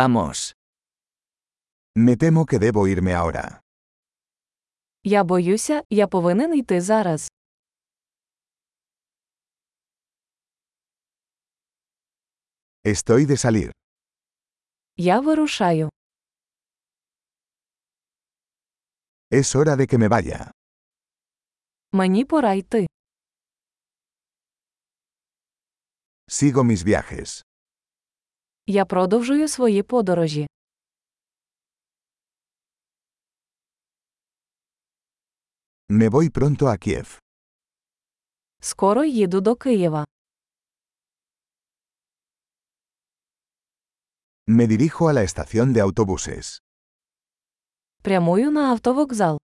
Vamos. Me temo que debo irme ahora. Я боюся, я повинен йти зараз. Estoy de salir. Я вирушаю. Es hora de que me vaya. Мені пора йти. Sigo mis viajes. Я продовжую свої подорожі. Me voy pronto a Kiev. Скоро їду до Києва. Me dirijo a la estación de autobuses. Прямую на автовокзал.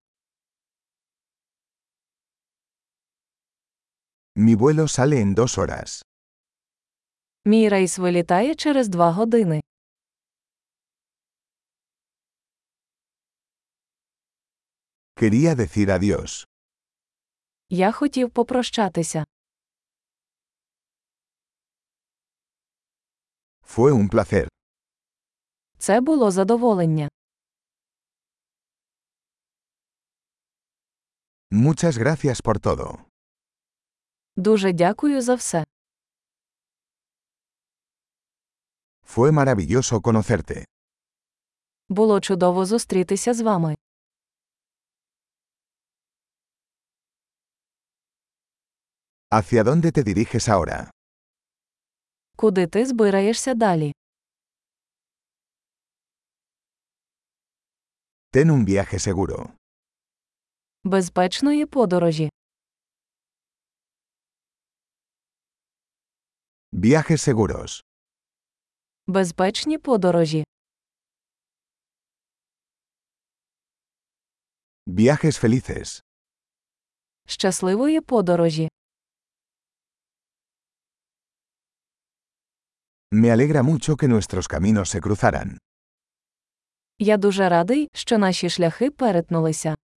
Mi vuelo sale en dos horas. Мій рейс вилітає через два години. Quería decir adiós. Я хотів попрощатися. Fue un placer. Це було задоволення. Muchas gracias por todo. Дуже дякую за все. Fue maravilloso conocerte. Було чудово зустрітися з вами. ¿Hacia dónde te diriges ahora? Куди ти збираєшся далі? Ten un viaje seguro. Безпечної подорожі. Viajes seguros. Безпечні подорожі. Viajes felices. Щасливої подорожі. Me alegra mucho que nuestros caminos se cruzaran. Я дуже радий, що наші шляхи перетнулися.